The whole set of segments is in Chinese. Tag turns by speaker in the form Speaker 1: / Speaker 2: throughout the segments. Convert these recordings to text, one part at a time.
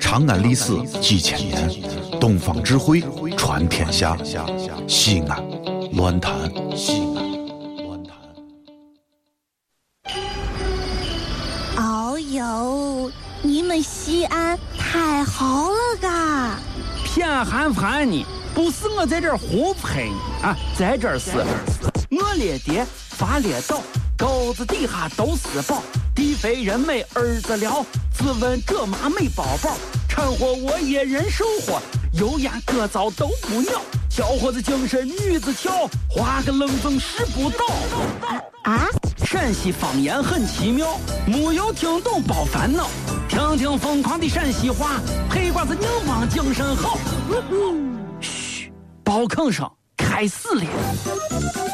Speaker 1: 长安历史几千年，东方智慧传天下。西安，乱谈西安，乱谈。
Speaker 2: 哦呦，你们西安太好了嘎！
Speaker 3: 偏寒寒你，不是我在这儿胡喷你啊，在这儿是，我列爹发列倒，沟子底下都是宝，地肥人美儿子了，自问这妈美宝宝，掺和我也人生活，油盐各糟都不尿，小伙子精神女子俏，花个愣风使不倒。
Speaker 2: 啊，
Speaker 3: 陕西方言很奇妙，没有听懂别烦恼，听听疯狂的陕西话，黑瓜子硬邦精神好。嘘，包吭声开始了。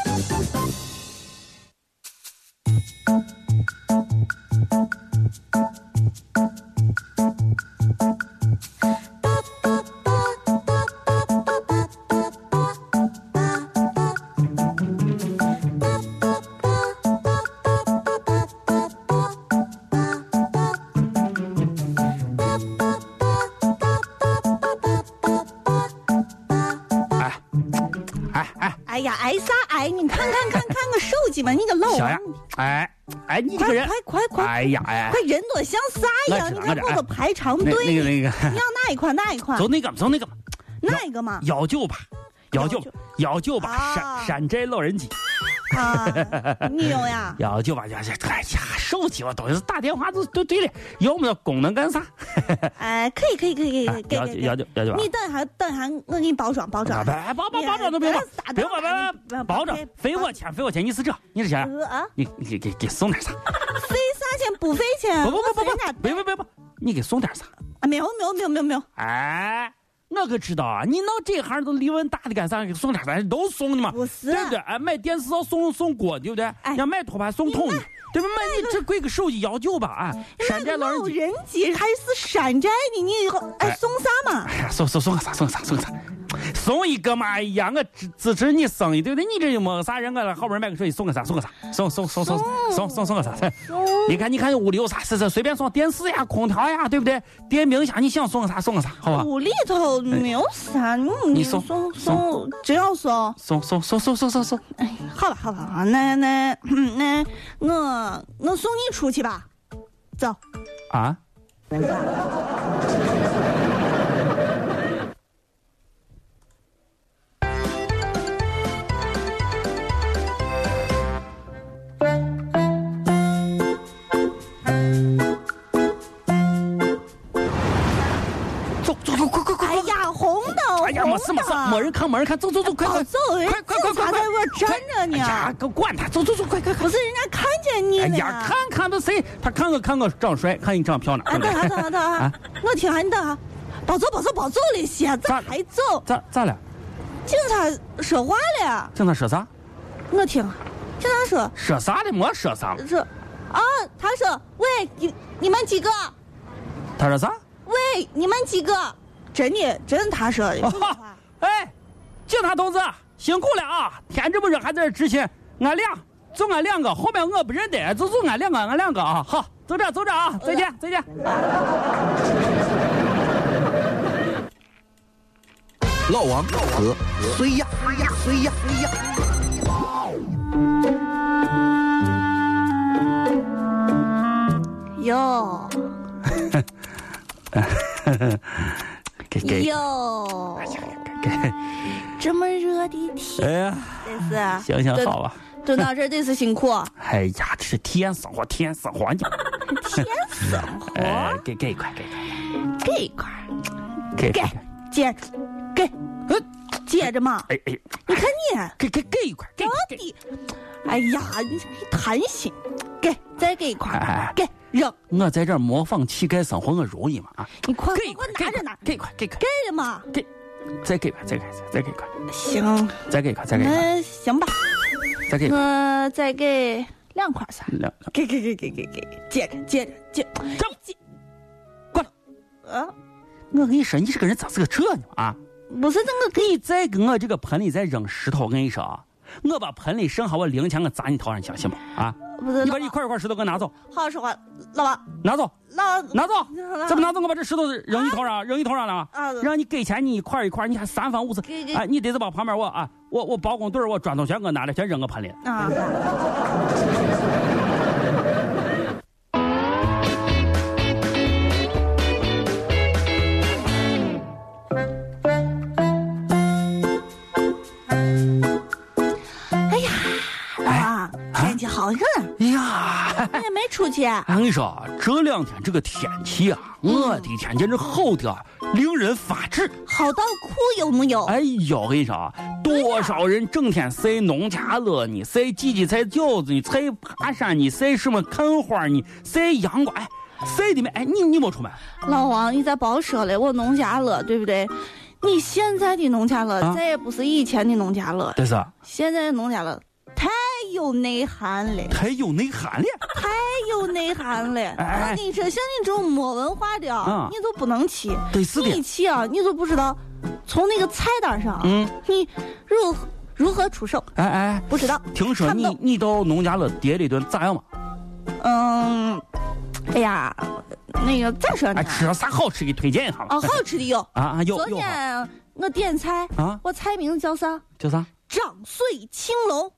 Speaker 3: 哎，哎哎，
Speaker 2: 哎呀，挨啥挨？你看看看看个手机嘛，你个老
Speaker 3: 小
Speaker 2: 王
Speaker 3: 杨，哎哎，你这个
Speaker 2: 快
Speaker 3: 人，
Speaker 2: 快快快
Speaker 3: 哎呀哎，
Speaker 2: 快人多像啥呀？
Speaker 3: 我
Speaker 2: 你
Speaker 3: 知
Speaker 2: 看我
Speaker 3: 道我知
Speaker 2: 都
Speaker 3: 道
Speaker 2: 排长
Speaker 3: 那
Speaker 2: 队。
Speaker 3: 那个哎那个
Speaker 2: 你要哪一款哪一款
Speaker 3: 走？那个走那个，
Speaker 2: 哪一个 嘛？
Speaker 3: 幺九八，幺九
Speaker 2: 幺九
Speaker 3: 幺九八，
Speaker 2: 啊
Speaker 3: 山山寨老人机。
Speaker 2: 啊，你有呀？
Speaker 3: 幺九八幺九，哎呀，手机我都是打电话都都对了，要么功能干啥？
Speaker 2: 哎，可以可以可以可以，给
Speaker 3: 幺
Speaker 2: 给
Speaker 3: 九
Speaker 2: 给
Speaker 3: 幺九幺九八
Speaker 2: 你。等一下等一下，我给你包装
Speaker 3: 啊
Speaker 2: 包装。
Speaker 3: 别哎包包包装都别包，别包包包包着，费我钱费我钱，你是这，你是钱，
Speaker 2: 呃啊，
Speaker 3: 你你给给给送点啥？
Speaker 2: 费啥钱不费钱？
Speaker 3: 不不
Speaker 2: 我
Speaker 3: 不不
Speaker 2: 随人家
Speaker 3: 不，别别别不，你给送点啥？
Speaker 2: 啊，没有没有没有没有没有，
Speaker 3: 哎，我可知道啊，你弄这行都离文大的干啥？给送点啥？都送的嘛，
Speaker 2: 不是
Speaker 3: 对不对？哎，买电视要送送锅，对不对？
Speaker 2: 哎
Speaker 3: 要买拖把送桶的，对不对？买你这贵个手机幺九八啊，山寨老人
Speaker 2: 老
Speaker 3: 机。
Speaker 2: 人机还是山寨的，你以后哎
Speaker 3: 哎
Speaker 2: 送啥嘛？
Speaker 3: 哎呀，送送送个啥？送个啥？送个啥？送一个嘛！哎呀，我支支持你生意，对不对？你这又没有啥人，我好不容易买个手机，送个啥？送个啥？送送送送送送送个啥？你看你看屋里有啥？是是随便送电视呀、空调呀，对不对？电冰箱，你想送个啥？送个啥？好吧？
Speaker 2: 屋里头没有啥，你
Speaker 3: 哎你
Speaker 2: 送
Speaker 3: 送
Speaker 2: 送只要送，
Speaker 3: 送送送送送送送，
Speaker 2: 哎，好吧好吧好吧，那那嗯那我我送你出去吧，走，
Speaker 3: 啊！走走走，快快快！
Speaker 2: 哎呀红的，
Speaker 3: 哎呀，没事没事，没人看没人看，走走走，快
Speaker 2: 早
Speaker 3: 快
Speaker 2: 哦走，哎人
Speaker 3: 快快快
Speaker 2: 警察
Speaker 3: 快！
Speaker 2: 在外站着
Speaker 3: 哎呀
Speaker 2: 呢，，
Speaker 3: 给我管他，走走走，快快快
Speaker 2: 不！是人家看见你
Speaker 3: 哎
Speaker 2: 了
Speaker 3: 呀，看看这谁，他看我看我长帅，看你长漂亮，
Speaker 2: 啊，
Speaker 3: 对不
Speaker 2: 等下
Speaker 3: 对？
Speaker 2: 等下等下
Speaker 3: 啊，
Speaker 2: 我听下你等下，别走别走别走了些，咋
Speaker 3: 咋
Speaker 2: 还走？
Speaker 3: 咋咋了？
Speaker 2: 警察说话了，
Speaker 3: 听他说啥？
Speaker 2: 我听，啊警察说
Speaker 3: 说啥的？没说啥。
Speaker 2: 说，啊，他说喂你你们几个，
Speaker 3: 他说啥？
Speaker 2: 喂你们几个，真的真的他说的， 真的话
Speaker 3: 啊哎，警察同志，辛苦了啊！天这么热还在这执勤，俺俩就俺两个，后面我不认得，就就俺两个，俺两个啊！好，走着走着啊，再见再
Speaker 2: 哎
Speaker 3: 见。
Speaker 4: 老王和谁呀？谁呀？谁呀？
Speaker 2: 哟
Speaker 3: 给给
Speaker 2: 哟，
Speaker 3: 给！
Speaker 2: 这么热的天，
Speaker 3: 哎呀，
Speaker 2: 真是
Speaker 3: 行行
Speaker 2: 蹲
Speaker 3: 好啊吧。
Speaker 2: 蹲到这儿真是辛 苦，
Speaker 3: 哎呀，这是体验生活，体验生活你。
Speaker 2: 天生活
Speaker 3: 哎，给给一块，给一
Speaker 2: 这一块儿
Speaker 3: 块，给
Speaker 2: 给
Speaker 3: 给。
Speaker 2: 接着给
Speaker 3: 呃
Speaker 2: 接着嘛，
Speaker 3: 哎哎，
Speaker 2: 你看你。
Speaker 3: 给给给一块，给
Speaker 2: 到
Speaker 3: 给。
Speaker 2: 底，哎呀，你这一贪心，给再给一块
Speaker 3: 哎哎
Speaker 2: 儿
Speaker 3: 哎，
Speaker 2: 给扔，
Speaker 3: 我在这儿模仿乞丐生活，我容易吗？啊，
Speaker 2: 你快
Speaker 3: 给
Speaker 2: 快
Speaker 3: 一
Speaker 2: 快
Speaker 3: 块，
Speaker 2: 拿着拿，
Speaker 3: 给一块，给一块，
Speaker 2: 给了嘛？
Speaker 3: 给，再给一块，再给一块，再给一块，
Speaker 2: 行，
Speaker 3: 再给一块，再给一块，
Speaker 2: 那行吧，
Speaker 3: 再给一块，
Speaker 2: 我再给两块儿算了，
Speaker 3: 两两，
Speaker 2: 给给给给给给，接着接着接，
Speaker 3: 张过来！
Speaker 2: 啊，
Speaker 3: 我跟你说，你这个人咋是个这呢？啊，
Speaker 2: 不是那个给，
Speaker 3: 你再给我这个盆里再扔石头，我跟你说啊，我把盆里剩下我零钱我砸你头上，相信吗？啊！
Speaker 2: 不是
Speaker 3: 你把一块一块石头给我拿走，
Speaker 2: 好好说话，老王，
Speaker 3: 拿走，
Speaker 2: 老
Speaker 3: 拿走
Speaker 2: 拿走，
Speaker 3: 怎么拿走？我把这石头扔你头上，扔你头上了
Speaker 2: 啊
Speaker 3: 啊！让你给钱，你一块一块，你还三番五次
Speaker 2: 给给，
Speaker 3: 哎，你得是把旁边我啊，我我包工队儿我砖头全给我拿来，全扔我盆里。
Speaker 2: 啊，哎呀，老王，天气好热，
Speaker 3: 哎呀，
Speaker 2: 你也没出去，
Speaker 3: 俺跟你说啊，这两天这个天气啊，
Speaker 2: 嗯
Speaker 3: 我的天，简直好的啊令人发指。
Speaker 2: 好到哭有木有？
Speaker 3: 哎呦，我跟你说啊，多少人整天晒农家乐呢，晒荠荠、晒饺子呢，晒爬山呢，晒什么看花呢，晒阳光，哎，晒的没？哎，你你没出门？
Speaker 2: 老王，你咋别说了？我农家乐，对不对？你现在的农家乐
Speaker 3: 啊
Speaker 2: 再也不是以前的农家乐，
Speaker 3: 但是
Speaker 2: 现在的农家乐太有内涵了，
Speaker 3: 太有内涵了。
Speaker 2: 太有内涵了。
Speaker 3: 哎
Speaker 2: 我跟你说，像你这种没文化的啊，
Speaker 3: 啊
Speaker 2: 你就不能去。
Speaker 3: 对是
Speaker 2: 你
Speaker 3: 的，
Speaker 2: 去啊，你就不知道从那个菜单上啊，
Speaker 3: 嗯，
Speaker 2: 你如何如何出手，
Speaker 3: 哎哎，
Speaker 2: 不知道。
Speaker 3: 听说
Speaker 2: 看不
Speaker 3: 你
Speaker 2: 到
Speaker 3: 你到农家乐叠了一顿咋样嘛？
Speaker 2: 嗯，哎呀，那个再说呢
Speaker 3: 哎，，吃了啥好吃的推荐一下嘛
Speaker 2: 啊，？好吃的有。
Speaker 3: 啊啊，有
Speaker 2: 昨
Speaker 3: 有啊
Speaker 2: 天我点菜，
Speaker 3: 啊，
Speaker 2: 我菜名叫啥？
Speaker 3: 叫啥？
Speaker 2: 掌穗青龙，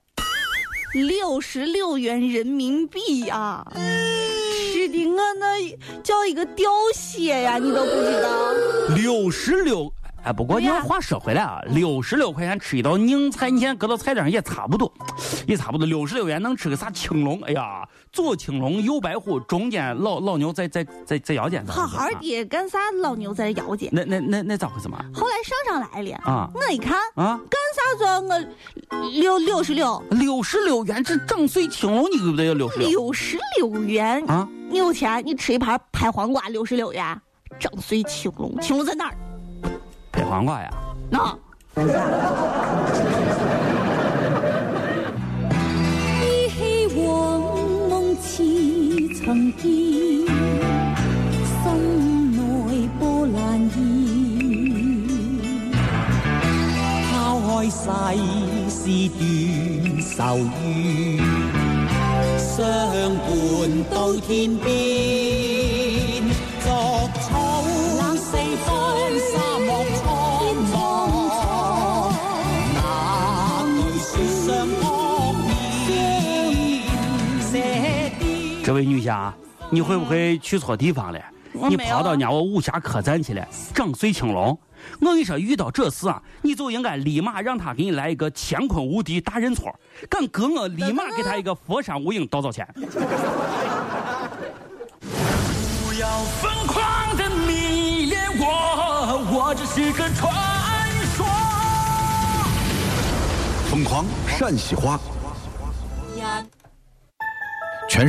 Speaker 2: 六十六元人民币呀、吃的我那叫一个凋谢呀，你都不知
Speaker 3: 啊
Speaker 2: 道。
Speaker 3: 六十六。哎，不过
Speaker 2: 对
Speaker 3: 你
Speaker 2: 呀
Speaker 3: 要话说回来啊，
Speaker 2: 嗯
Speaker 3: 六十六块钱吃一道硬菜，你看搁到菜单上也差不多，也差不多。六十六元能吃个啥青龙？哎呀，左青龙，右白虎，中间老老牛在在在在腰间。
Speaker 2: 好好
Speaker 3: 啊。
Speaker 2: 的，干啥老牛在这摇街？
Speaker 3: 那那那那咋回事嘛？
Speaker 2: 后来上上来了，
Speaker 3: 啊
Speaker 2: 我一看，
Speaker 3: 啊，
Speaker 2: 干啥说我六六十六，
Speaker 3: 六十六元这整碎青龙，你给不得要六十六
Speaker 2: 六十六元，
Speaker 3: 啊？
Speaker 2: 你有钱你吃一盘拍黄瓜六十六元，掌穗青龙，青龙在哪儿？
Speaker 3: 配黄瓜呀？
Speaker 2: 那。
Speaker 5: 依稀往梦似曾见，心內波瀾現。
Speaker 6: 抛开世事段愁怨，相伴到天边。作草冷四方，沙漠苍茫，那句说相当面，这啲。
Speaker 3: 这位女侠，你会不会去错地方了？
Speaker 2: 我
Speaker 3: 你
Speaker 2: 没有
Speaker 3: 跑到人家我武侠客栈去了，整碎青龙。我跟你说，遇到这事啊，你就应该立马让他给你来一个乾坤无敌大认错，敢搁我立马给他一个佛山无影倒灶钱。不要疯狂的迷恋我，我只是个传说。
Speaker 1: 疯狂陕西话。全